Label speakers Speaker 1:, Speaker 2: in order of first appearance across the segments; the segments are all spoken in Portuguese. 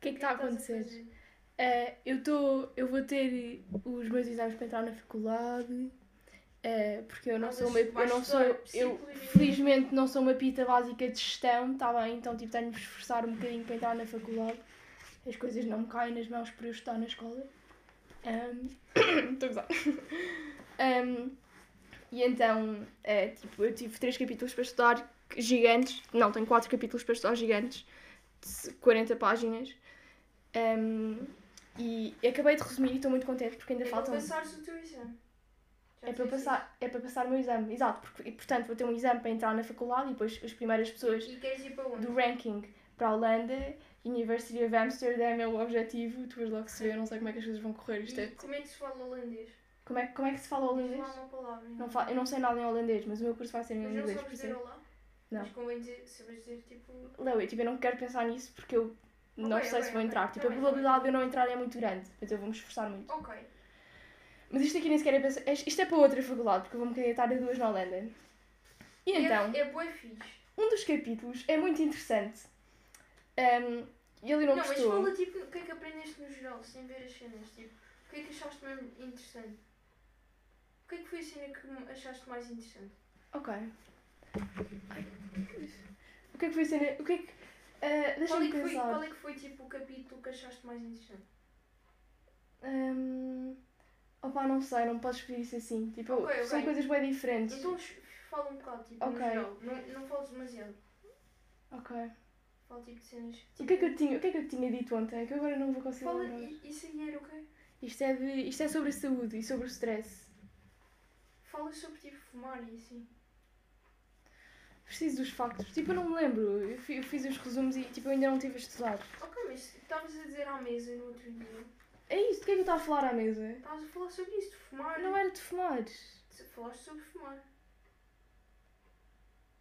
Speaker 1: que é que está a acontecer? Ah, eu, tô, eu vou ter os meus exames para entrar na faculdade, ah, porque eu não
Speaker 2: Ah,
Speaker 1: sou uma.
Speaker 2: mas
Speaker 1: Eu
Speaker 2: vais
Speaker 1: não sou.
Speaker 2: estudar
Speaker 1: Eu
Speaker 2: psicologia.
Speaker 1: felizmente não sou uma pita básica de gestão, está bem? Então tipo, tenho de me esforçar um bocadinho para entrar na faculdade. As coisas não me caem nas mãos para eu estar na escola. Ahm, Estou a gozar. Ahm, e então, é, tipo, eu tive três capítulos para estudar gigantes. Não, tenho quatro capítulos para estudar gigantes. de 40 páginas. Ahm, e acabei de resumir e estou muito contente porque ainda
Speaker 2: É para
Speaker 1: faltam...
Speaker 2: passares o teu exame. Já
Speaker 1: É para,
Speaker 2: fizeste
Speaker 1: passar, é para passar o meu exame, exato. Porque, e, portanto, vou ter um exame para entrar na faculdade e depois as primeiras pessoas
Speaker 2: isso. E queres ir para onde?
Speaker 1: do ranking para a Holanda, University of Amsterdam é o objetivo. Depois logo se vê, eu não sei como é que as coisas vão correr. Isto é...
Speaker 2: E como é que se fala holandês?
Speaker 1: como, é, como é que se fala
Speaker 2: Diz
Speaker 1: holandês?
Speaker 2: lá uma palavra.
Speaker 1: Não fa- eu não sei nada em holandês, mas o meu curso vai ser em
Speaker 2: Mas não
Speaker 1: inglês,
Speaker 2: sabes
Speaker 1: por é
Speaker 2: dizer
Speaker 1: exemplo.
Speaker 2: olá?
Speaker 1: Não.
Speaker 2: Mas convém dizer, sabes dizer tipo...
Speaker 1: Léo, eu, tipo, eu não quero pensar nisso porque eu não
Speaker 2: Ok,
Speaker 1: sei
Speaker 2: ok,
Speaker 1: se vou
Speaker 2: ok.
Speaker 1: entrar. Tipo,
Speaker 2: Tá
Speaker 1: a
Speaker 2: bem, tá
Speaker 1: probabilidade
Speaker 2: bem.
Speaker 1: de eu não entrar é muito grande, mas eu vou me esforçar muito.
Speaker 2: Ok.
Speaker 1: Mas isto aqui nem sequer é pensar. Isto é para outra faculdade, porque eu vou-me candidatar a duas na Holanda. E então,
Speaker 2: É, é bué fixe.
Speaker 1: um dos capítulos é muito interessante. Ahm, e ele
Speaker 2: não,
Speaker 1: não,
Speaker 2: mas
Speaker 1: gostou.
Speaker 2: fala tipo o que é que aprendeste no geral, sem ver as cenas. Tipo, o que é que achaste mesmo interessante? O que é que foi a cena que achaste mais interessante?
Speaker 1: Ok. Ai, O que é que foi a cena? O que é que. ah,
Speaker 2: Qual é
Speaker 1: Deixa-me
Speaker 2: que, foi,
Speaker 1: pensar.
Speaker 2: qual é que foi tipo o capítulo que achaste mais interessante?
Speaker 1: Hum, Opa, não sei, não podes pedir isso assim. Tipo,
Speaker 2: Ok, ok.
Speaker 1: são coisas bem diferentes.
Speaker 2: Então es- fala um bocado, tipo,
Speaker 1: Ok.
Speaker 2: no geral. Não, não fales demasiado.
Speaker 1: Ok.
Speaker 2: Fala tipo de cenas. Tipo,
Speaker 1: O que, é que eu tinha, o que é que eu tinha dito ontem? Que eu agora não vou conseguir
Speaker 2: Fala,
Speaker 1: lembrar.
Speaker 2: i- isso aí era o quê?
Speaker 1: Isto é, de, isto é sobre a saúde e sobre o stress.
Speaker 2: Fala sobre tipo fumar e assim.
Speaker 1: Preciso dos factos. Tipo, eu não me lembro. Eu, fi- eu fiz os resumos e tipo, eu ainda não tive a estudar.
Speaker 2: Ok, mas estavas a dizer à mesa no outro dia.
Speaker 1: É isto. O que é que eu estava a falar à mesa?
Speaker 2: Estavas a falar sobre isso, de fumar.
Speaker 1: Não é- era de fumar.
Speaker 2: Falaste sobre fumar.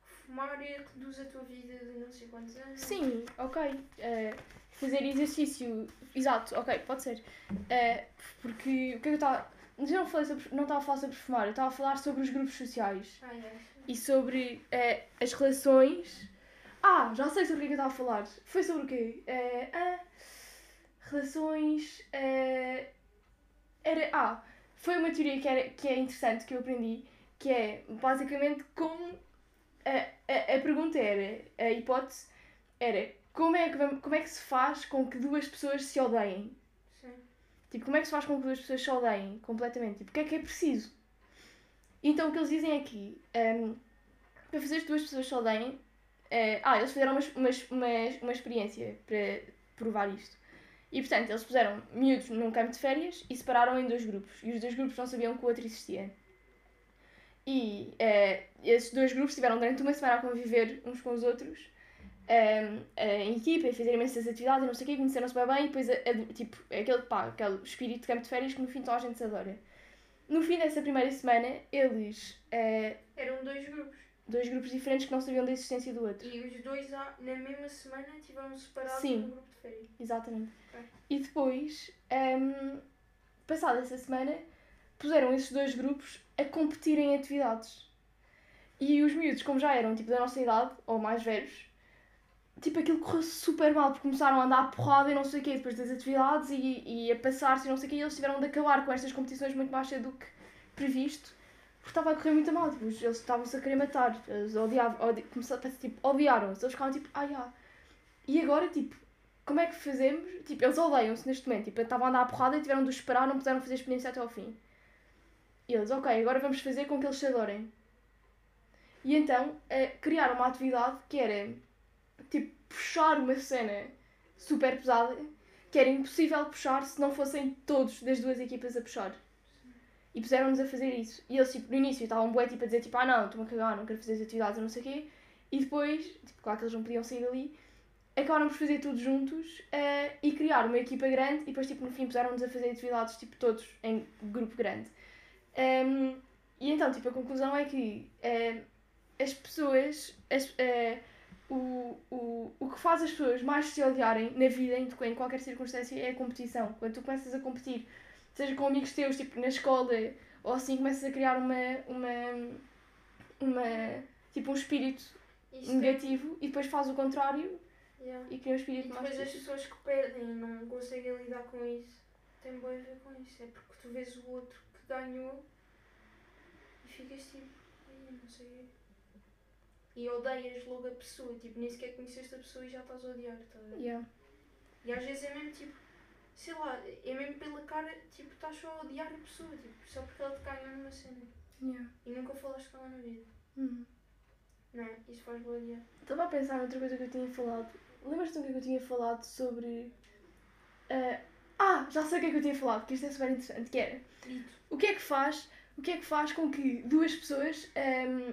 Speaker 2: Fumar eh, reduz a tua vida de não sei quantos anos.
Speaker 1: Sim, ok. Eh, fazer exercício. Exato, ok, pode ser. Eh, porque o que é que eu estava. Mas eu não falei sobre- não estava a falar sobre fumar, eu estava a falar sobre os grupos sociais
Speaker 2: Ah, é.
Speaker 1: e sobre eh, as relações. Ah, já sei sobre o que é que eu estava a falar. Foi sobre o quê? Eh, ah, relações. eh, era. Ah, foi uma teoria que, era, que é interessante que eu aprendi, que é basicamente como. A, a, a pergunta era, a hipótese era como é, que, vam- como é que se faz com que duas pessoas se odeiem?
Speaker 2: Sim.
Speaker 1: Tipo, como é que se faz com que duas pessoas se odeiem completamente? Tipo, o que é que é preciso? Então, o que eles dizem aqui, hum, para fazer as duas pessoas se odeiem, eh, ah, eles fizeram uma, ex- uma, ex- uma, ex- uma experiência para provar isto. E, portanto, eles puseram miúdos num campo de férias e separaram em dois grupos. E os dois grupos não sabiam que o outro existia. E eh, esses dois grupos estiveram durante uma semana a conviver uns com os outros um, eh, em equipa e fazer imensas atividades e não sei o quê, conheceram-se bem bem e depois, a- a- tipo, aquele, pá, aquele espírito de campo de férias que no fim toda a gente se adora. No fim dessa primeira semana, eles, eh,
Speaker 2: Eram dois grupos.
Speaker 1: dois grupos diferentes que não sabiam da existência do outro.
Speaker 2: E os dois, ah, na mesma semana, tiveram separados
Speaker 1: Sim.
Speaker 2: num grupo de férias.
Speaker 1: Exatamente.
Speaker 2: Ok.
Speaker 1: E depois, ehm, passada essa semana, puseram esses dois grupos a competirem em atividades. E os miúdos, como já eram tipo da nossa idade, ou mais velhos, tipo aquilo correu super mal, porque começaram a andar à porrada e não sei o quê, depois das atividades e, e a passar-se e não sei o quê, e eles tiveram de acabar com estas competições muito mais cedo do que previsto, porque estava a correr muito mal, tipo, eles estavam-se a querer matar, eles odiavam, odi começaram, tipo, odiaram-se, eles ficavam tipo, ai, ah, e agora, tipo, como é que fazemos? Tipo, eles odeiam-se neste momento. Tipo, estavam a andar à porrada e tiveram de os esperar, não puderam fazer a experiência até ao fim. E eles, ok, agora vamos fazer com que eles se adorem. E então eh, criaram uma atividade que era tipo puxar uma cena super pesada que era impossível puxar se não fossem todos das duas equipas a puxar. E puseram-nos a fazer isso. E eles, tipo, no início estavam bué, tipo, a dizer, tipo, ah não, estou-me a cagar, não quero fazer as atividades, não sei o quê. E depois, tipo, claro que eles não podiam sair dali, acabaram por fazer tudo juntos eh, e criar uma equipa grande e depois tipo no fim puseram-nos a fazer atividades tipo todos em grupo grande Em, e então tipo a conclusão é que eh, as pessoas as- eh, o, o, o que faz as pessoas mais se odiarem na vida em, em qualquer circunstância é a competição quando tu começas a competir seja com amigos teus tipo na escola ou assim começas a criar uma uma uma tipo um espírito
Speaker 2: Isso é tem-
Speaker 1: Um negativo e depois faz o contrário
Speaker 2: Yeah.
Speaker 1: e cria um
Speaker 2: E
Speaker 1: espírito mais
Speaker 2: depois as
Speaker 1: justo.
Speaker 2: pessoas que perdem e não conseguem lidar com isso têm bem a ver com isso. É porque tu vês o outro que ganhou e ficas tipo, "Ai, eu não sei. E odeias logo a pessoa, tipo, nem sequer conheceste a pessoa e já estás a odiar, tá a ver?
Speaker 1: Yeah.
Speaker 2: E às vezes é mesmo tipo, sei lá, é mesmo pela cara, tipo, estás só a odiar a pessoa, tipo, só porque ela te ganhou numa cena
Speaker 1: Yeah.
Speaker 2: e nunca falaste com ela na vida.
Speaker 1: Uhum.
Speaker 2: Não é? Isso faz boa odiar.
Speaker 1: Estava a pensar noutra coisa que eu tinha falado. Lembras-te do que eu tinha falado sobre. eh, ah, já sei o que é que eu tinha falado, que isto é super interessante, que era
Speaker 2: Dito.
Speaker 1: o que é que faz, o que é que faz com que duas pessoas ehm,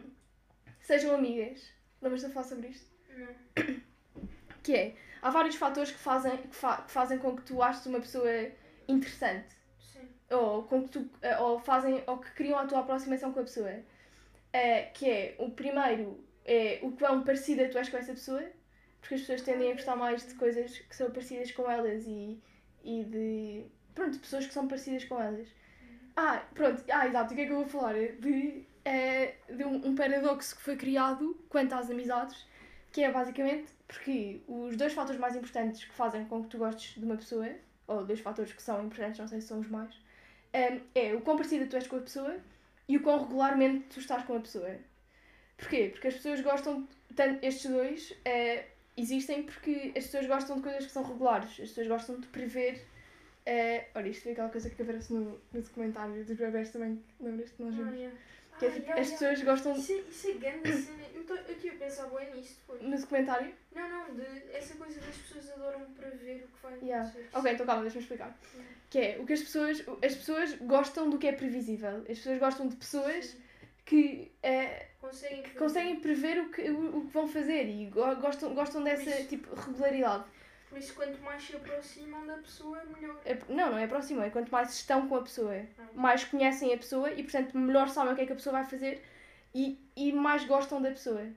Speaker 1: sejam amigas? Lembras-te de falar sobre isto?
Speaker 2: Não.
Speaker 1: Que é, há vários fatores que fazem, que, fa- que fazem com que tu aches uma pessoa interessante.
Speaker 2: Sim.
Speaker 1: ou, com que tu, eh, ou fazem ou que criam a tua aproximação com a pessoa. Eh, que é o primeiro é o quão parecida tu és com essa pessoa, porque as pessoas tendem a gostar mais de coisas que são parecidas com elas e, e de pronto, de pessoas que são parecidas com elas. Ah, pronto, ah, exato, o que é que eu vou falar? De, eh, de um, um paradoxo que foi criado quanto às amizades, que é basicamente porque os dois fatores mais importantes que fazem com que tu gostes de uma pessoa, ou dois fatores que são importantes, não sei se são os mais, um, é o quão parecida tu és com a pessoa e o quão regularmente tu estás com a pessoa. Porquê? Porque as pessoas gostam, tanto estes dois eh, existem porque as pessoas gostam de coisas que são regulares, as pessoas gostam de prever. eh, olha, isto foi aquela coisa que aparece no, no documentário dos bebés também, que lembras-te? Nós
Speaker 2: Ah,
Speaker 1: vimos.
Speaker 2: yeah.
Speaker 1: Que é
Speaker 2: Ah,
Speaker 1: tipo,
Speaker 2: yeah,
Speaker 1: as
Speaker 2: yeah.
Speaker 1: pessoas gostam.
Speaker 2: Isso é, isso é grande cena. Então, eu tive a pensar bem nisto depois.
Speaker 1: No documentário
Speaker 2: Não, não, de essa coisa das pessoas adoram para ver o que vai
Speaker 1: Yeah.
Speaker 2: acontecer.
Speaker 1: Ok, então calma, deixa-me explicar.
Speaker 2: Sim.
Speaker 1: Que é o que as pessoas. As pessoas gostam do que é previsível. As pessoas gostam de pessoas
Speaker 2: Sim.
Speaker 1: que eh,
Speaker 2: Conseguem
Speaker 1: que
Speaker 2: ver.
Speaker 1: conseguem prever o que, o, o que vão fazer e go- gostam, gostam dessa
Speaker 2: Isso.
Speaker 1: tipo, regularidade.
Speaker 2: Por isso, quanto mais se aproximam da pessoa, melhor.
Speaker 1: É- Não, não é próximo, é quanto mais estão com a pessoa,
Speaker 2: Ah.
Speaker 1: mais conhecem a pessoa e, portanto, melhor sabem o que é que a pessoa vai fazer e, e mais gostam da pessoa.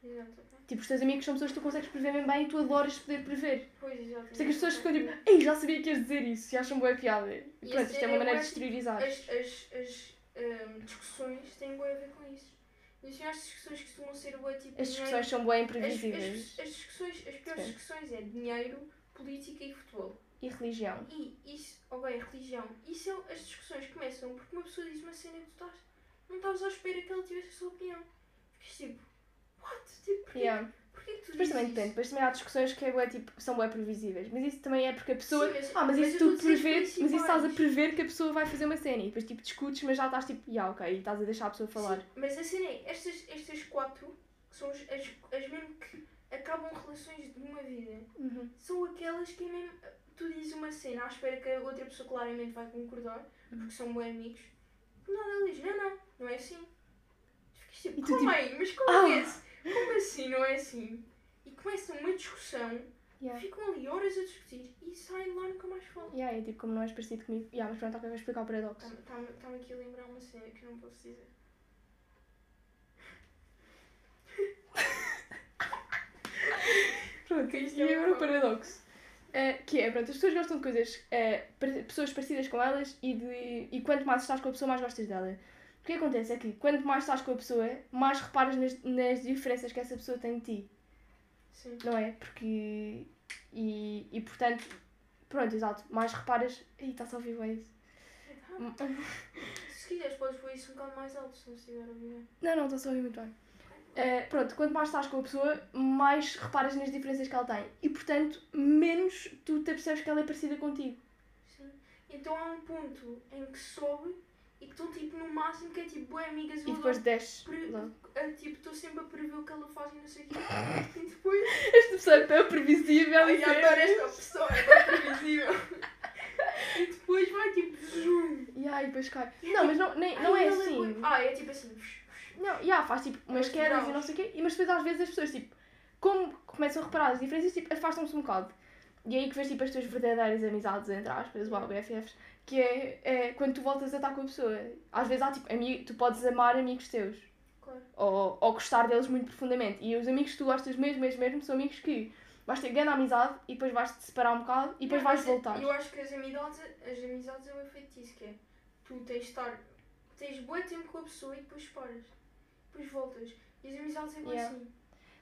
Speaker 2: Exato. ok.
Speaker 1: Tipo, os teus amigos são pessoas que tu consegues prever bem bem e tu adoras poder prever.
Speaker 2: Pois, exato.
Speaker 1: Por isso é que as pessoas ficam tipo,
Speaker 2: exato.
Speaker 1: ei, já sabia que ias dizer isso e acham boa piada.
Speaker 2: E a
Speaker 1: E pronto, isto é
Speaker 2: cena
Speaker 1: uma
Speaker 2: é
Speaker 1: maneira de
Speaker 2: bué, tipo,
Speaker 1: exteriorizar.
Speaker 2: As, as, as ahm, discussões têm bem a ver com isso. E assim, as discussões que costumam ser boa, tipo.
Speaker 1: As
Speaker 2: dinheiro-
Speaker 1: discussões são bem
Speaker 2: as,
Speaker 1: imprevisíveis.
Speaker 2: as, as discussões, as piores
Speaker 1: Depende.
Speaker 2: discussões é dinheiro, política e futebol.
Speaker 1: E religião.
Speaker 2: E isso, ou bem, religião, isso é, as discussões começam porque uma pessoa diz uma cena e tu estás, não estavas à espera que ela tivesse a sua opinião. Ficas tipo, what? Tipo, porquê,
Speaker 1: Yeah.
Speaker 2: porquê que tu
Speaker 1: Depois
Speaker 2: dizes
Speaker 1: também
Speaker 2: isso?
Speaker 1: depende, depois também há discussões que é, bué, tipo, são bem previsíveis, mas isso também é porque a pessoa.
Speaker 2: Sim, mas-
Speaker 1: ah, mas,
Speaker 2: mas
Speaker 1: isso
Speaker 2: eu
Speaker 1: tu
Speaker 2: estou a dizer as
Speaker 1: prever, mas isso estás a
Speaker 2: principais.
Speaker 1: prever que a pessoa vai fazer uma cena e depois tipo discutes, mas já estás tipo, yeah, ok, e estás a deixar a pessoa falar.
Speaker 2: Sim, mas a cena é, estas, estas quatro, que são as, as, as mesmo que acabam relações de uma vida,
Speaker 1: Uhum.
Speaker 2: são aquelas que é mesmo, tu dizes uma cena à espera que a outra pessoa claramente vai concordar, porque são bons amigos, do nada ela diz, não, não, não é assim. Tu ficas
Speaker 1: E
Speaker 2: tipo,
Speaker 1: tu
Speaker 2: calma
Speaker 1: tipo,
Speaker 2: aí, mas como
Speaker 1: "Ah!"
Speaker 2: é esse? Como assim, não é assim? E começam uma discussão,
Speaker 1: Yeah.
Speaker 2: ficam ali horas a discutir e saem de lá e nunca mais falam.
Speaker 1: Yeah, é tipo, como não és parecido comigo, yeah, mas pronto, ok, vou explicar o paradoxo.
Speaker 2: Está-me está-me aqui a lembrar uma cena que eu não posso dizer.
Speaker 1: Pronto,
Speaker 2: Que isto
Speaker 1: e
Speaker 2: é um
Speaker 1: agora o
Speaker 2: pouco.
Speaker 1: paradoxo. Eh, que é, pronto, as pessoas gostam de coisas, eh, pare- pessoas parecidas com elas e, de, e quanto mais estás com a pessoa, mais gostas dela. O que acontece é que quanto mais estás com a pessoa, mais reparas nas, nas diferenças que essa pessoa tem de ti.
Speaker 2: Sim.
Speaker 1: não é? Porque. E, e portanto, pronto, exato. Mais reparas. Ih, está-se a ouvir bem isso. Hum.
Speaker 2: Se quiseres, podes pôr isso um bocado mais alto se não estiver a ouvir.
Speaker 1: Não, não, está-se a ouvir muito bem. Eh, pronto, quanto mais estás com a pessoa, mais reparas nas diferenças que ela tem. E portanto, menos tu te apercebes que ela é parecida contigo.
Speaker 2: Sim. Então há um ponto em que sobe e que estão tipo no máximo que é tipo, boé amigas,
Speaker 1: E
Speaker 2: eu
Speaker 1: depois
Speaker 2: adoro-
Speaker 1: desces.
Speaker 2: pre-
Speaker 1: logo.
Speaker 2: ah, tipo, estou sempre a prever o que ela faz e não sei o quê. E depois,
Speaker 1: Esta pessoa é tão previsível
Speaker 2: ai,
Speaker 1: e
Speaker 2: adoro
Speaker 1: é.
Speaker 2: esta pessoa, é tão previsível. e depois vai tipo, zoom.
Speaker 1: E ai, depois cai. Não, mas não, nem, não
Speaker 2: Ai,
Speaker 1: é
Speaker 2: ela
Speaker 1: assim.
Speaker 2: bué- Ah, é tipo assim.
Speaker 1: Não, e yeah, faz tipo umas
Speaker 2: Uns
Speaker 1: quedas e
Speaker 2: graus.
Speaker 1: não sei o quê, e- mas depois às vezes as pessoas tipo, como começam a reparar as diferenças, tipo, afastam-se um bocado. E é aí que vês tipo as tuas verdadeiras amizades, entre aspas, uau, BFFs, que é, é quando tu voltas a estar com a pessoa. Às vezes há tipo, ami- tu podes amar amigos teus,
Speaker 2: Claro.
Speaker 1: ou, ou gostar deles muito profundamente, e os amigos que tu gostas mesmo, mesmo, mesmo, são amigos que vais ter grande amizade e depois vais-te separar um bocado e depois
Speaker 2: Não,
Speaker 1: vais
Speaker 2: mas eu-
Speaker 1: voltar.
Speaker 2: Eu acho que as amizades, as amizades é o efeito disso, que é tu tens de estar, tens bom tempo com a pessoa e depois paras, depois voltas. E as amizades é bué
Speaker 1: Yeah.
Speaker 2: assim.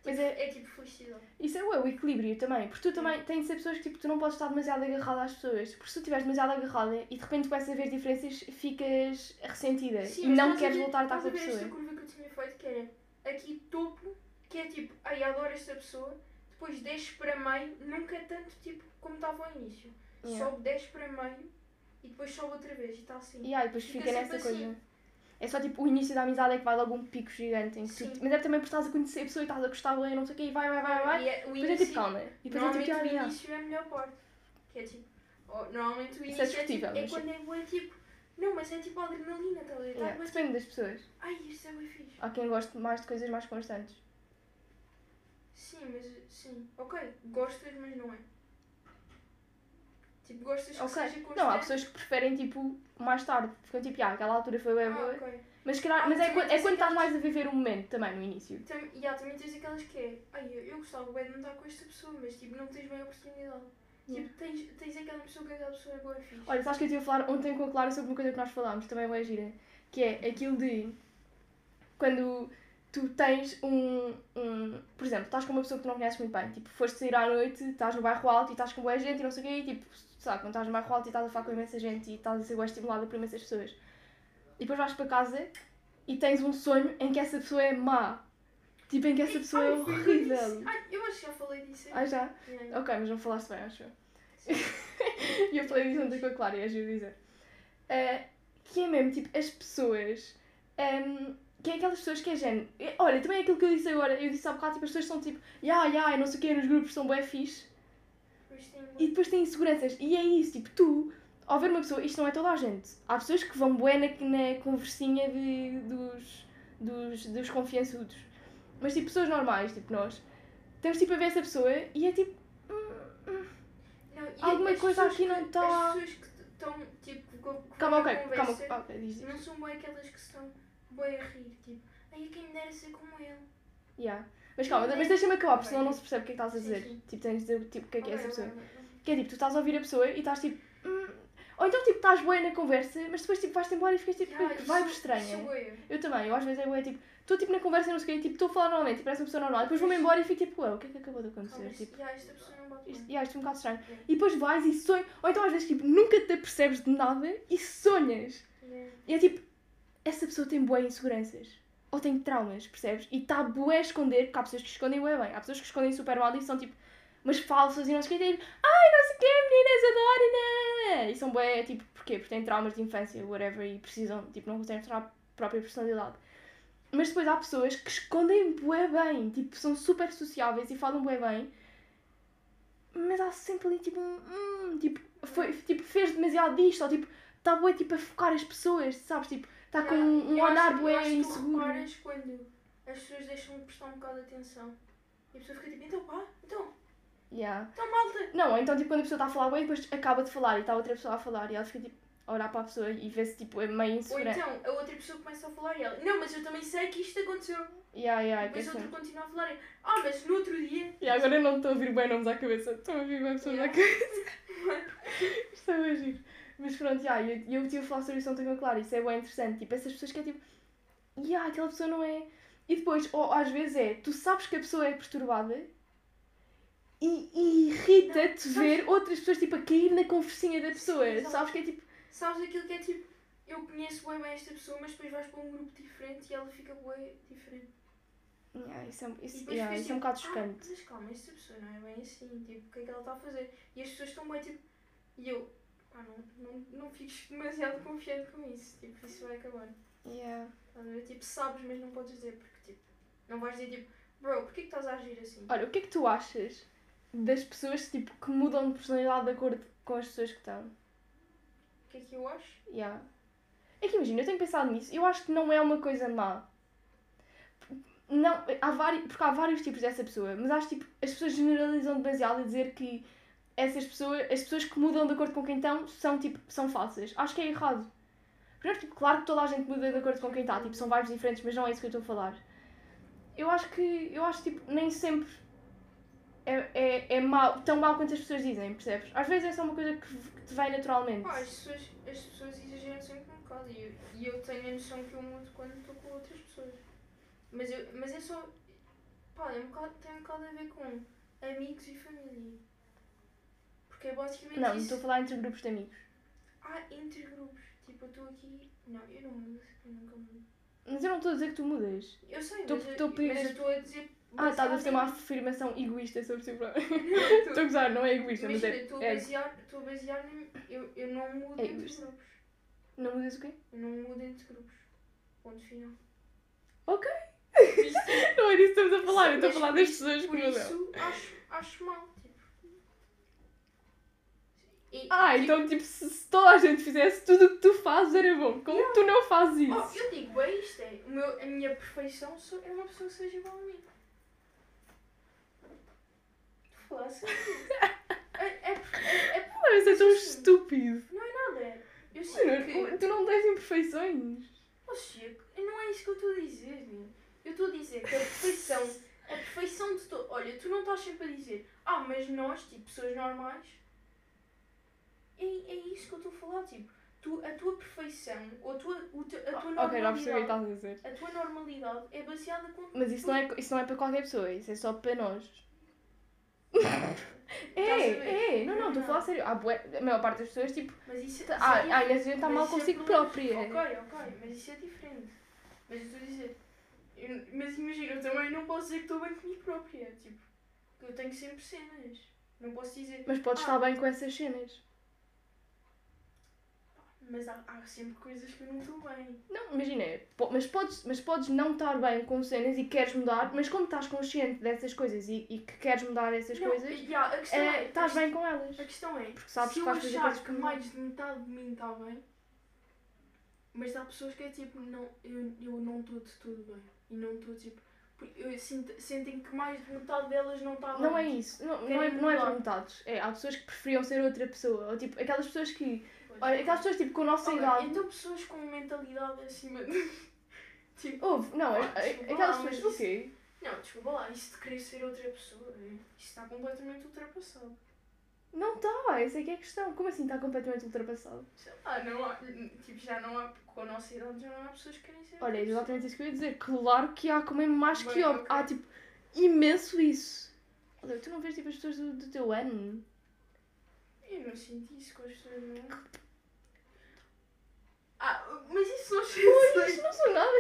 Speaker 1: Mas
Speaker 2: Tipo,
Speaker 1: é,
Speaker 2: é tipo felicidade.
Speaker 1: isso é o equilíbrio também, porque tu também tens de ser pessoas que tipo, tu não podes estar demasiado agarrada às pessoas, porque se tu estiveres demasiado agarrada e de repente começas a ver diferenças, ficas ressentida e
Speaker 2: mas estás
Speaker 1: não
Speaker 2: a
Speaker 1: queres
Speaker 2: ver-
Speaker 1: voltar a estar
Speaker 2: estás
Speaker 1: com a
Speaker 2: ver
Speaker 1: pessoa.
Speaker 2: Esta curva que eu tinha feito, que era aqui topo, que é tipo, ai, adoro esta pessoa, depois desce para meio, nunca tanto tipo como estava ao início.
Speaker 1: Yeah.
Speaker 2: Sobe, desce para meio e depois sobe outra vez e está assim.
Speaker 1: E aí, depois
Speaker 2: Fica
Speaker 1: fica,
Speaker 2: sempre
Speaker 1: nessa
Speaker 2: assim.
Speaker 1: coisa. É só tipo o início da amizade é que vai logo um pico gigante em que tu-
Speaker 2: Sim.
Speaker 1: Mas é também porque estás a conhecer a pessoa e estás a gostar bem, não sei o quê, e vai, vai, vai, vai.
Speaker 2: E é, o
Speaker 1: Depois é
Speaker 2: início,
Speaker 1: tipo calma. E depois é
Speaker 2: normalmente
Speaker 1: tipo já,
Speaker 2: o
Speaker 1: já.
Speaker 2: início é a melhor parte. Que é tipo, oh, normalmente o
Speaker 1: Isso
Speaker 2: início
Speaker 1: é
Speaker 2: é, tipo,
Speaker 1: discutível,
Speaker 2: é
Speaker 1: mas-
Speaker 2: quando é boa, tipo, não, mas é tipo adrenalina, estás a ver? Tá
Speaker 1: Yeah,
Speaker 2: bué,
Speaker 1: Depende das pessoas.
Speaker 2: tipo, Ai, isto é bem fixe.
Speaker 1: Há quem goste mais de coisas mais constantes.
Speaker 2: Sim, mas sim. Ok, gostas, mas não é. Tipo, gostas que
Speaker 1: Ok.
Speaker 2: seja constante.
Speaker 1: Não, há pessoas que preferem tipo mais tarde. Ficam tipo, ah, aquela altura foi bem
Speaker 2: Ah,
Speaker 1: boa.
Speaker 2: ok.
Speaker 1: Mas, se calhar-
Speaker 2: Ah,
Speaker 1: mas é,
Speaker 2: sim,
Speaker 1: quando,
Speaker 2: mas
Speaker 1: é
Speaker 2: isso
Speaker 1: quando
Speaker 2: é que eu
Speaker 1: estás mais a viver o momento também, no início.
Speaker 2: Tam, e há também tens aquelas que é, ai, eu, eu gostava bem de não estar com esta pessoa, mas tipo, não tens bem a oportunidade.
Speaker 1: Yeah.
Speaker 2: Tipo, tens, tens aquela pessoa que aquela pessoa é boa e fixe.
Speaker 1: Olha, sabes que eu estive a falar ontem com a Clara sobre uma coisa que nós falámos, também é gira, que é aquilo de quando tu tens um, um. Por exemplo, estás com uma pessoa que tu não conheces muito bem, tipo, foste sair à noite, estás no bairro alto e estás com boa gente e não sei o quê, e tipo, sabe, quando estás no bairro alto e estás a falar com imensa gente e estás a ser boa estimulada por imensas pessoas. E depois vais para casa e tens um sonho em que essa pessoa é má. Tipo, em que essa pessoa é
Speaker 2: Ai, foi bem isso.
Speaker 1: horrível.
Speaker 2: Ai, eu acho que já falei disso.
Speaker 1: Ah, já?
Speaker 2: Yeah.
Speaker 1: Ok, mas não falaste bem, acho eu.
Speaker 2: Sim.
Speaker 1: E eu falei disso ontem com a Clara e a Gil dizer. Eh, que é mesmo, tipo, as pessoas. ehm, que é aquelas pessoas que é género. eh, Olha, também é aquilo que eu disse agora. Eu disse há bocado, tipo, as pessoas são tipo, ya, ya, e não sei o quê, nos grupos são bem fixe.
Speaker 2: Mas tem
Speaker 1: E depois têm inseguranças. E é isso, tipo, tu, ao ver uma pessoa, isto não é toda a gente. Há pessoas que vão bué na, na conversinha de, dos, dos, dos confiançudos. Mas, tipo, pessoas normais, tipo nós, temos, tipo, a ver essa pessoa e é tipo. "Hum, hum,
Speaker 2: Não, e
Speaker 1: Alguma
Speaker 2: as
Speaker 1: coisa
Speaker 2: pessoas
Speaker 1: aqui
Speaker 2: que-
Speaker 1: não tá-
Speaker 2: As pessoas que estão, tipo, que vão- que
Speaker 1: Calma,
Speaker 2: vão à
Speaker 1: ok, calma,
Speaker 2: conversa,
Speaker 1: ok, diz, diz.
Speaker 2: Não são bem aquelas que estão bem a rir, tipo, ai, quem me dera ser como ele.
Speaker 1: Yeah. Mas calma,
Speaker 2: Não é-
Speaker 1: mas deixa-me acabar, porque
Speaker 2: Ok.
Speaker 1: senão não se percebe o que é que estás a
Speaker 2: Sim,
Speaker 1: dizer.
Speaker 2: sim.
Speaker 1: Tipo, tens de dizer tipo, o que é que
Speaker 2: Ok,
Speaker 1: é essa pessoa.
Speaker 2: ok, ok.
Speaker 1: Que é tipo, tu estás a ouvir a pessoa e estás tipo. "Hum." Ou então tipo, estás boa na conversa, mas depois tipo, vais-te embora e ficas tipo,
Speaker 2: Ya,
Speaker 1: que
Speaker 2: isso-
Speaker 1: vibe
Speaker 2: isso é
Speaker 1: estranha.
Speaker 2: sou eu.
Speaker 1: Eu também, eu às vezes é boa, tipo, estou tipo na conversa e não sei o quê, tipo, estou a falar normalmente, e parece uma pessoa normal, depois vou-me embora e fico tipo, ué, o que é que acabou de
Speaker 2: Calma,
Speaker 1: acontecer?
Speaker 2: isto-
Speaker 1: Tipo,
Speaker 2: ya, esta pessoa não bate
Speaker 1: isto,
Speaker 2: bem.
Speaker 1: yeah, isto é um bocado estranho.
Speaker 2: Yeah.
Speaker 1: E depois vais e sonhas, ou então às vezes tipo, nunca te apercebes de nada e sonhas.
Speaker 2: Yeah.
Speaker 1: E é tipo, essa pessoa tem bué inseguranças. Ou tem traumas, percebes? E está bué a esconder, porque há pessoas que escondem bué bem. Há pessoas que escondem super mal e são tipo umas falsas e não sei o que. Tipo, Ai, não sei o que, meninas, adoro, né? E são bué, tipo, porquê? Porque têm traumas de infância, whatever, e precisam, tipo, não conseguem mostrar a própria personalidade. Mas depois há pessoas que escondem bué bem, tipo, são super sociáveis e falam bué bem. Mas há sempre ali, tipo, um, hum, tipo, foi, tipo, fez demasiado disto, ou tipo, está bué, tipo, a focar as pessoas, sabes? Tipo, está com
Speaker 2: Ya,
Speaker 1: um, um
Speaker 2: eu acho-
Speaker 1: olhar
Speaker 2: eu
Speaker 1: bué
Speaker 2: acho que tu
Speaker 1: inseguro.
Speaker 2: reparas quando as pessoas deixam de prestar um bocado de atenção. E a pessoa fica tipo, então pá, então,
Speaker 1: Yeah.
Speaker 2: então malta.
Speaker 1: Não, ou então, tipo, quando a pessoa está a falar bué, e depois acaba de falar e está outra pessoa a falar e ela fica, tipo, a olhar para a pessoa e vê-se, tipo, é meio
Speaker 2: Ou
Speaker 1: insegura.
Speaker 2: então a outra pessoa começa a falar e ela, não, mas eu também sei que isto aconteceu.
Speaker 1: Yeah, yeah,
Speaker 2: Depois
Speaker 1: que
Speaker 2: a
Speaker 1: assim.
Speaker 2: outra continua a falar, e, ah, mas no outro dia.
Speaker 1: E agora eu não estou a ouvir bem nomes à cabeça, estou a ouvir bem pessoas à
Speaker 2: Yeah.
Speaker 1: cabeça. Isto é bem giro. Mas pronto, já, eu, eu tive a falar sobre isso ontem com a Clara, isso é bem interessante. Tipo, essas pessoas que é tipo, yeah, aquela pessoa não é. E depois, ou às vezes é, tu sabes que a pessoa é perturbada e, e irrita-te
Speaker 2: Não, sabes-
Speaker 1: ver outras pessoas tipo a cair na conversinha da pessoa.
Speaker 2: exato.
Speaker 1: sabes que é tipo,
Speaker 2: Sabes aquilo que é tipo, eu conheço bem bem esta pessoa, mas depois vais para um grupo diferente e ela fica bem diferente.
Speaker 1: yeah, isso é, um-
Speaker 2: E
Speaker 1: isso,
Speaker 2: depois
Speaker 1: yeah,
Speaker 2: ficas
Speaker 1: isso é um
Speaker 2: tipo,
Speaker 1: bocado
Speaker 2: "Ah,
Speaker 1: chocante.
Speaker 2: mas calma, esta pessoa não é bem assim, tipo, o que é que ela está a fazer? E as pessoas estão bem tipo, e eu, pá, não, não, não fiques demasiado confiante com isso, tipo, isso vai acabar.
Speaker 1: Yeah.
Speaker 2: Estás a ver? Tipo, sabes, mas não podes dizer, porque tipo, não vais dizer tipo, bro, porquê que estás a agir assim?
Speaker 1: Olha, o que é que tu achas das pessoas tipo, que mudam de personalidade de acordo com as pessoas que estão?
Speaker 2: O que é que eu acho?
Speaker 1: Yeah. É que imagina, eu tenho pensado nisso. Eu acho que não é uma coisa má. Não, há vários, porque há vários tipos dessa pessoa, mas acho que tipo, as pessoas generalizam demasiado a dizer que essas pessoas, as pessoas que mudam de acordo com quem estão são, tipo, são falsas. Acho que é errado. Primeiro, tipo, claro que toda a gente muda de acordo com quem está, tipo, são vibes diferentes, mas não é isso que eu estou a falar. Eu acho que, eu acho tipo, nem sempre é, é, é mau, tão mau quanto as pessoas dizem, percebes? Às vezes é só uma coisa que, que te vem naturalmente.
Speaker 2: Pá, as pessoas, as pessoas exageram sempre um bocado e eu, e eu tenho a noção que eu mudo quando estou com outras pessoas. Mas, eu, mas é só. Pá, é um bocado, tem um bocado a ver com amigos e família. Porque é basicamente
Speaker 1: Não,
Speaker 2: isso.
Speaker 1: estou a falar entre grupos de amigos.
Speaker 2: Ah, entre grupos. Tipo, eu estou aqui. Não, eu não mudo, eu nunca mudo.
Speaker 1: Mas eu não estou a dizer que tu mudas.
Speaker 2: Eu sei,
Speaker 1: Tô-
Speaker 2: mas eu-
Speaker 1: tô a
Speaker 2: mas
Speaker 1: pedir-
Speaker 2: eu estou a dizer.
Speaker 1: Ah, tá, deve
Speaker 2: baseado
Speaker 1: ser uma
Speaker 2: em-
Speaker 1: afirmação egoísta sobre si próprio.
Speaker 2: Não, tô-
Speaker 1: Estou a gozar, não é egoísta, mas
Speaker 2: Imagina,
Speaker 1: é.
Speaker 2: estou a
Speaker 1: é-
Speaker 2: basear, estou a basear em. Eu, eu não mudo
Speaker 1: É
Speaker 2: entre
Speaker 1: egoísta.
Speaker 2: grupos.
Speaker 1: Não mudas o quê?
Speaker 2: Eu não mudo entre grupos. Ponto final.
Speaker 1: Ok.
Speaker 2: Viste?
Speaker 1: Não é disso que estamos a falar, eu estou a
Speaker 2: Mas
Speaker 1: falar
Speaker 2: por
Speaker 1: das
Speaker 2: isso-
Speaker 1: pessoas que
Speaker 2: Por
Speaker 1: mudam.
Speaker 2: isso acho, acho mal. Tipo. E-
Speaker 1: Ah,
Speaker 2: tipo,
Speaker 1: então tipo, se, se toda a gente fizesse tudo o que tu fazes era bom. Como tu não fazes
Speaker 2: Oh,
Speaker 1: isso?
Speaker 2: eu digo, é isto, é. O meu, a minha perfeição sou, é uma pessoa que seja igual a mim. Tu falaste é, é, é, é
Speaker 1: Mano, isso é tão
Speaker 2: Isso sim.
Speaker 1: estúpido.
Speaker 2: nada. Eu sei
Speaker 1: Mano,
Speaker 2: que.
Speaker 1: tu não tens imperfeições.
Speaker 2: Oh, Chico, não é isso que eu estou a dizer, meu. Eu estou a dizer que a perfeição. A perfeição de todo. Olha, tu não estás sempre a dizer. Ah, mas nós, tipo, pessoas normais. É, é isso que eu estou a falar, tipo. Tu, a tua perfeição, ou a tua, o te- a tua normalidade.
Speaker 1: Ok, já percebi o que estás a dizer.
Speaker 2: A tua normalidade é baseada com.
Speaker 1: Mas isso não, é, isso não é para qualquer pessoa, isso é só para nós.
Speaker 2: Estás a ver?
Speaker 1: é, é, não, não, estou a falar
Speaker 2: Não.
Speaker 1: sério. Há bué- a maior parte das pessoas, tipo,
Speaker 2: Mas isso
Speaker 1: tá-
Speaker 2: isso
Speaker 1: ah,
Speaker 2: é
Speaker 1: ah, e a gente está
Speaker 2: Mas
Speaker 1: mal
Speaker 2: isso é
Speaker 1: consigo
Speaker 2: problema. Ok,
Speaker 1: própria.
Speaker 2: ok, mas isso é diferente. Mas eu estou a dizer. eu- mas imagina, eu também não posso dizer que estou bem comigo própria. Tipo, que eu tenho sempre cenas. Não posso dizer.
Speaker 1: Mas podes
Speaker 2: Ah.
Speaker 1: estar bem com essas cenas.
Speaker 2: Mas há, há sempre coisas que eu não estou bem.
Speaker 1: Não, imagina, po- mas podes, mas podes não estar bem com cenas e queres mudar, mas como estás consciente dessas coisas e, e que queres mudar essas
Speaker 2: Não,
Speaker 1: coisas,
Speaker 2: e há- a questão
Speaker 1: eh,
Speaker 2: é,
Speaker 1: estás
Speaker 2: a
Speaker 1: bem com elas.
Speaker 2: quest- A questão é.
Speaker 1: Porque sabes
Speaker 2: se
Speaker 1: que
Speaker 2: eu
Speaker 1: vais fazer
Speaker 2: achar
Speaker 1: coisas
Speaker 2: que
Speaker 1: que não-
Speaker 2: mais de metade de mim está bem. Mas há pessoas que é tipo, não, eu, eu não estou de tudo bem. E não estou tipo. Eu sinto, sentem que mais de metade delas não está bem.
Speaker 1: Não é isso, não, não é,
Speaker 2: tá Querem
Speaker 1: não é
Speaker 2: mudar.
Speaker 1: por metades. É, há pessoas que preferiam ser outra pessoa, ou tipo, aquelas pessoas que.
Speaker 2: Pois.
Speaker 1: Olha, aquelas pessoas tipo com a nossa
Speaker 2: Ok,
Speaker 1: idade.
Speaker 2: Então pessoas com mentalidade acima de. tipo.
Speaker 1: Houve, não,
Speaker 2: Ah,
Speaker 1: a- é a-
Speaker 2: desculpa
Speaker 1: aquelas
Speaker 2: lá, mas
Speaker 1: pessoas. Ok.
Speaker 2: Não, desculpa lá, isso de querer ser outra pessoa, é, isso está completamente ultrapassado.
Speaker 1: Não está, essa é que é a questão. Como assim está completamente ultrapassado?
Speaker 2: Sei lá, não há. Tipo, já não há. Com a nossa idade já não há pessoas que querem ser.
Speaker 1: Olha,
Speaker 2: outra
Speaker 1: é
Speaker 2: pessoa.
Speaker 1: exatamente isso que eu ia dizer. Claro que há como é mais que
Speaker 2: Bem,
Speaker 1: óbvio.
Speaker 2: ok.
Speaker 1: Há tipo imenso isso. Olha, tu não vês tipo as pessoas do, do teu ano?
Speaker 2: Eu não sinto isso com as pessoas, não. é? Ah, mas isso não chega.
Speaker 1: Isto não são nada é
Speaker 2: Ok,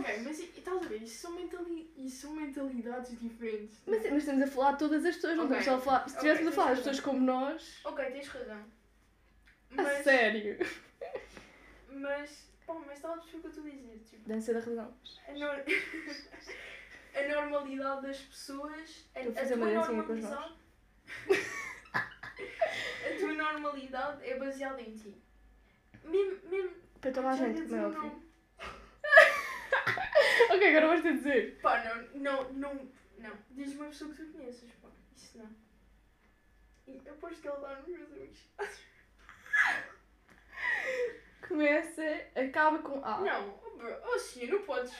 Speaker 2: ok, ok, mas e- e estás a ver? Isso são, mentali... isso são mentalidades diferentes. né?
Speaker 1: Mas, é- mas estamos a falar de todas as pessoas, não
Speaker 2: Ok.
Speaker 1: estamos só a falar.
Speaker 2: Ok,
Speaker 1: Se estivéssemos a
Speaker 2: tens
Speaker 1: falar de
Speaker 2: razão.
Speaker 1: pessoas como nós.
Speaker 2: Ok, tens razão.
Speaker 1: A
Speaker 2: Mas.
Speaker 1: sério.
Speaker 2: Mas. Pá, mas estava a perceber o que eu estou a dizer, tipo.
Speaker 1: Dança da razão.
Speaker 2: A, nor- a normalidade das pessoas. A,
Speaker 1: Estou a
Speaker 2: a
Speaker 1: fazer
Speaker 2: tua
Speaker 1: uma dancinha com as mãos.
Speaker 2: normalidade. a tua normalidade é baseada em ti. Mesmo. mesmo
Speaker 1: Para toda a
Speaker 2: já ia
Speaker 1: gente, como é
Speaker 2: dizer o
Speaker 1: óbvio.
Speaker 2: nome.
Speaker 1: Ok, agora vais ter de dizer.
Speaker 2: Pá, não, não, não. Não. Diz uma pessoa que tu conheças, pá. Isso não. E Eu aposto que ele está nos meus amigos.
Speaker 1: Começa, acaba com A. Ah,
Speaker 2: Não, oh, bro, oh sim, não podes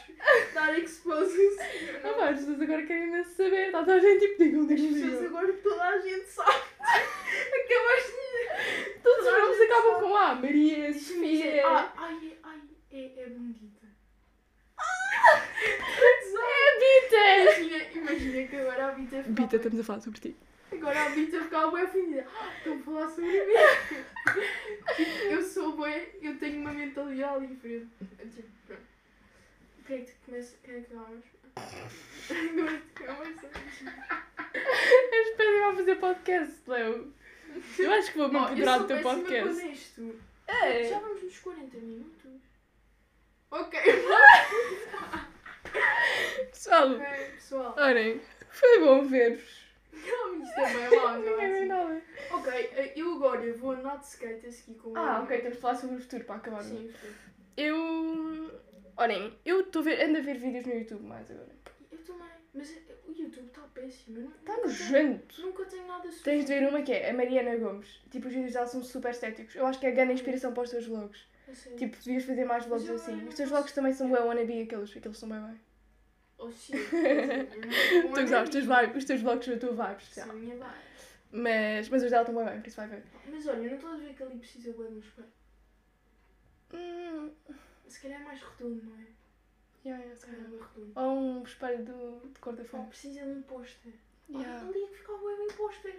Speaker 2: dar exposes.
Speaker 1: Ah, pá, as pessoas agora querem imenso saber. Está toda a gente tipo, digam,
Speaker 2: As
Speaker 1: digam,
Speaker 2: pessoas
Speaker 1: digam.
Speaker 2: agora toda a gente sabe. Acabaste de.
Speaker 1: Todos os
Speaker 2: toda a
Speaker 1: nomes
Speaker 2: gente
Speaker 1: acabam
Speaker 2: sabe.
Speaker 1: com A. Maria,
Speaker 2: Deixa-me dizer,
Speaker 1: Sofia.
Speaker 2: ah, Ai, ai, é, é bonita.
Speaker 1: É Bita!
Speaker 2: Imagina, imagina que agora a Bita ficava.
Speaker 1: Bita, estamos a falar sobre ti.
Speaker 2: Agora a Bita ficava bem ofendida. Ah, Estão a falar sobre mim. Tipo, eu sou bem, eu tenho uma mentalidade diferente. Eu, Tipo, pronto. Quem é que tu começa? Quem é que vamos? Agora tu começas.
Speaker 1: És péssima a fazer podcast, Léo. Eu acho que vou me
Speaker 2: Oh,
Speaker 1: apoderar
Speaker 2: eu
Speaker 1: do teu
Speaker 2: sou péssima
Speaker 1: podcast.
Speaker 2: quando és tu.
Speaker 1: É.
Speaker 2: Já vamos nos 40 minutos. Ok.
Speaker 1: Pessoal,
Speaker 2: ok, pessoal.
Speaker 1: olhem, foi bom ver-vos.
Speaker 2: Calma, isto é bem longo.
Speaker 1: Não é
Speaker 2: assim.
Speaker 1: nada.
Speaker 2: Ok, eh, eu agora vou andar de skate a seguir com o
Speaker 1: Ah,
Speaker 2: meu
Speaker 1: ok,
Speaker 2: amigo.
Speaker 1: temos de falar sobre o futuro para acabar. não é?
Speaker 2: Sim, sim.
Speaker 1: Eu. Olhem, eu estou a ver, ando a ver vídeos no YouTube mais agora.
Speaker 2: Eu também. Mas eh, o YouTube está péssimo. eu nu-
Speaker 1: Está
Speaker 2: nunca
Speaker 1: Tá nojento.
Speaker 2: tenho- Nunca tenho nada sobre.
Speaker 1: Tens de ver uma que é a Mariana Gomes. Tipo, os vídeos dela são super estéticos. Eu acho que é a grande inspiração para os teus vlogs. Tipo, devias fazer mais vlogs
Speaker 2: eu-
Speaker 1: assim.
Speaker 2: eu
Speaker 1: Os teus
Speaker 2: não
Speaker 1: vlogs também são bem wannabe, aqueles, aqueles são bem bem.
Speaker 2: Oh, sim. Estou
Speaker 1: Estou a gozar, os teus, vibes, os teus vlogs são a tua vibes.
Speaker 2: Sim, a minha vai.
Speaker 1: Mas, mas os dela estão bem bem, por isso vai ver.
Speaker 2: Mas olha, eu não estou a ver que ali precisa bué de um espelho.
Speaker 1: Hum,
Speaker 2: Se calhar é mais redondo, não é?
Speaker 1: Yeah, yeah, se
Speaker 2: Era
Speaker 1: calhar.
Speaker 2: um redondo.
Speaker 1: Ou um espelho do, de cor da
Speaker 2: Só
Speaker 1: fome.
Speaker 2: precisa de um pôster.
Speaker 1: Hum. Yeah.
Speaker 2: Olha, ali é que ficava bué bem pôster.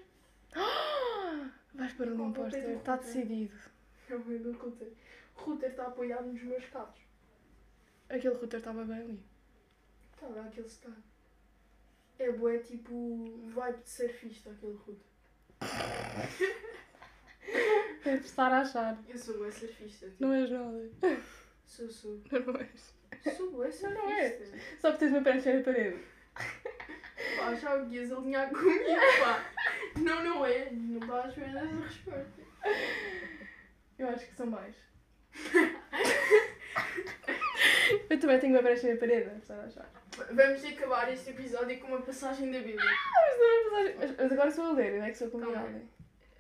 Speaker 1: Vais para ali
Speaker 2: Com
Speaker 1: um
Speaker 2: o papel
Speaker 1: póster,
Speaker 2: do
Speaker 1: está
Speaker 2: Ruter.
Speaker 1: decidido.
Speaker 2: Não, é do router. O router está apoiado nos meus cabos.
Speaker 1: Aquele router estava bem ali.
Speaker 2: Está lá Tá, aquele está. É bué tipo vibe de surfista aquele router.
Speaker 1: Deve estar É a achar.
Speaker 2: Eu sou bué surfista. Tipo.
Speaker 1: Não és nada.
Speaker 2: Sou, sou.
Speaker 1: Não és.
Speaker 2: Sou bué surfista.
Speaker 1: Não é. Só porque tens uma prancha na parede.
Speaker 2: Pá, já o guias alinhar comigo, pá. Não, não é. Não estás à espera dessa resposta.
Speaker 1: Eu acho que são mais. Eu também tenho uma prancha na parede, deve estar a achar.
Speaker 2: V- Vamos acabar este episódio com uma passagem da Bíblia.
Speaker 1: Mas, não é verdade. Mas- mas agora sou eu a ler, eu é que sou a convidada.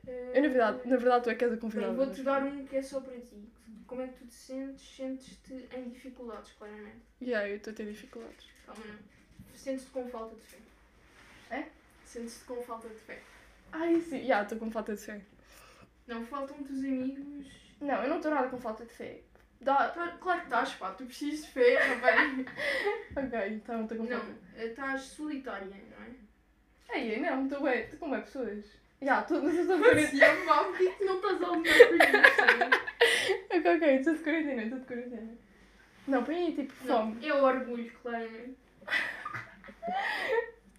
Speaker 1: Eu, na verdade, na verdade, tu é que és a convidada.
Speaker 2: Bem, vou-te
Speaker 1: mas-
Speaker 2: dar um que é só para ti. Como é que tu te sentes? Sentes-te em dificuldades, claramente.
Speaker 1: Yeah, eu estou a ter dificuldades.
Speaker 2: Calma, não. Sentes-te com falta de fé.
Speaker 1: É?
Speaker 2: Sentes-te com falta de fé.
Speaker 1: Ai, sim. Yeah, estou com falta de fé.
Speaker 2: Não, faltam-te os amigos.
Speaker 1: Não, eu não estou nada com falta de fé. Dá...
Speaker 2: Tá- Claro que estás, pá. Tu precisas de fé, tá também.
Speaker 1: Ok, então estou com falta.
Speaker 2: não, estás solitária, não é?
Speaker 1: Aí, não, estou bem, estou com bem pessoas. Já, estou mas eu estou de
Speaker 2: Mas
Speaker 1: quarentena.
Speaker 2: e eu, pá, porquê que não estás a alinhar comigo?
Speaker 1: Ok, ok, estou de quarentena, estou de quarentena. Não, põe aí tipo fome.
Speaker 2: Não, Eu orgulho, claramente.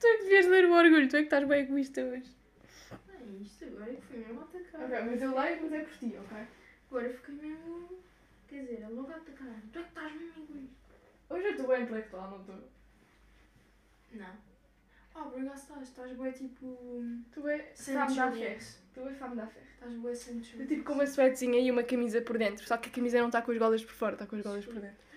Speaker 1: Tu é que devias ler o orgulho, tu é que estás bem egoísta hoje.
Speaker 2: Ah, isto agora é que foi mesmo atacar.
Speaker 1: Ok, mas eu leio, mas é por ti, ok?
Speaker 2: Agora eu fiquei mesmo. Quer dizer, é logo a atacar. Tu é que estás mesmo egoísta.
Speaker 1: Hoje eu estou bem intelectual, não estou?
Speaker 2: Não. Ah, por acaso estás, estás bué tipo.
Speaker 1: Tu é
Speaker 2: Santos
Speaker 1: fome da fé.
Speaker 2: Julius.
Speaker 1: Tu é fome da fé.
Speaker 2: Estás bué Santos
Speaker 1: Eu
Speaker 2: Julius.
Speaker 1: tá tipo com uma suetezinha e uma camisa por dentro, só que a camisa não está com as golas por fora, está com as golas por dentro.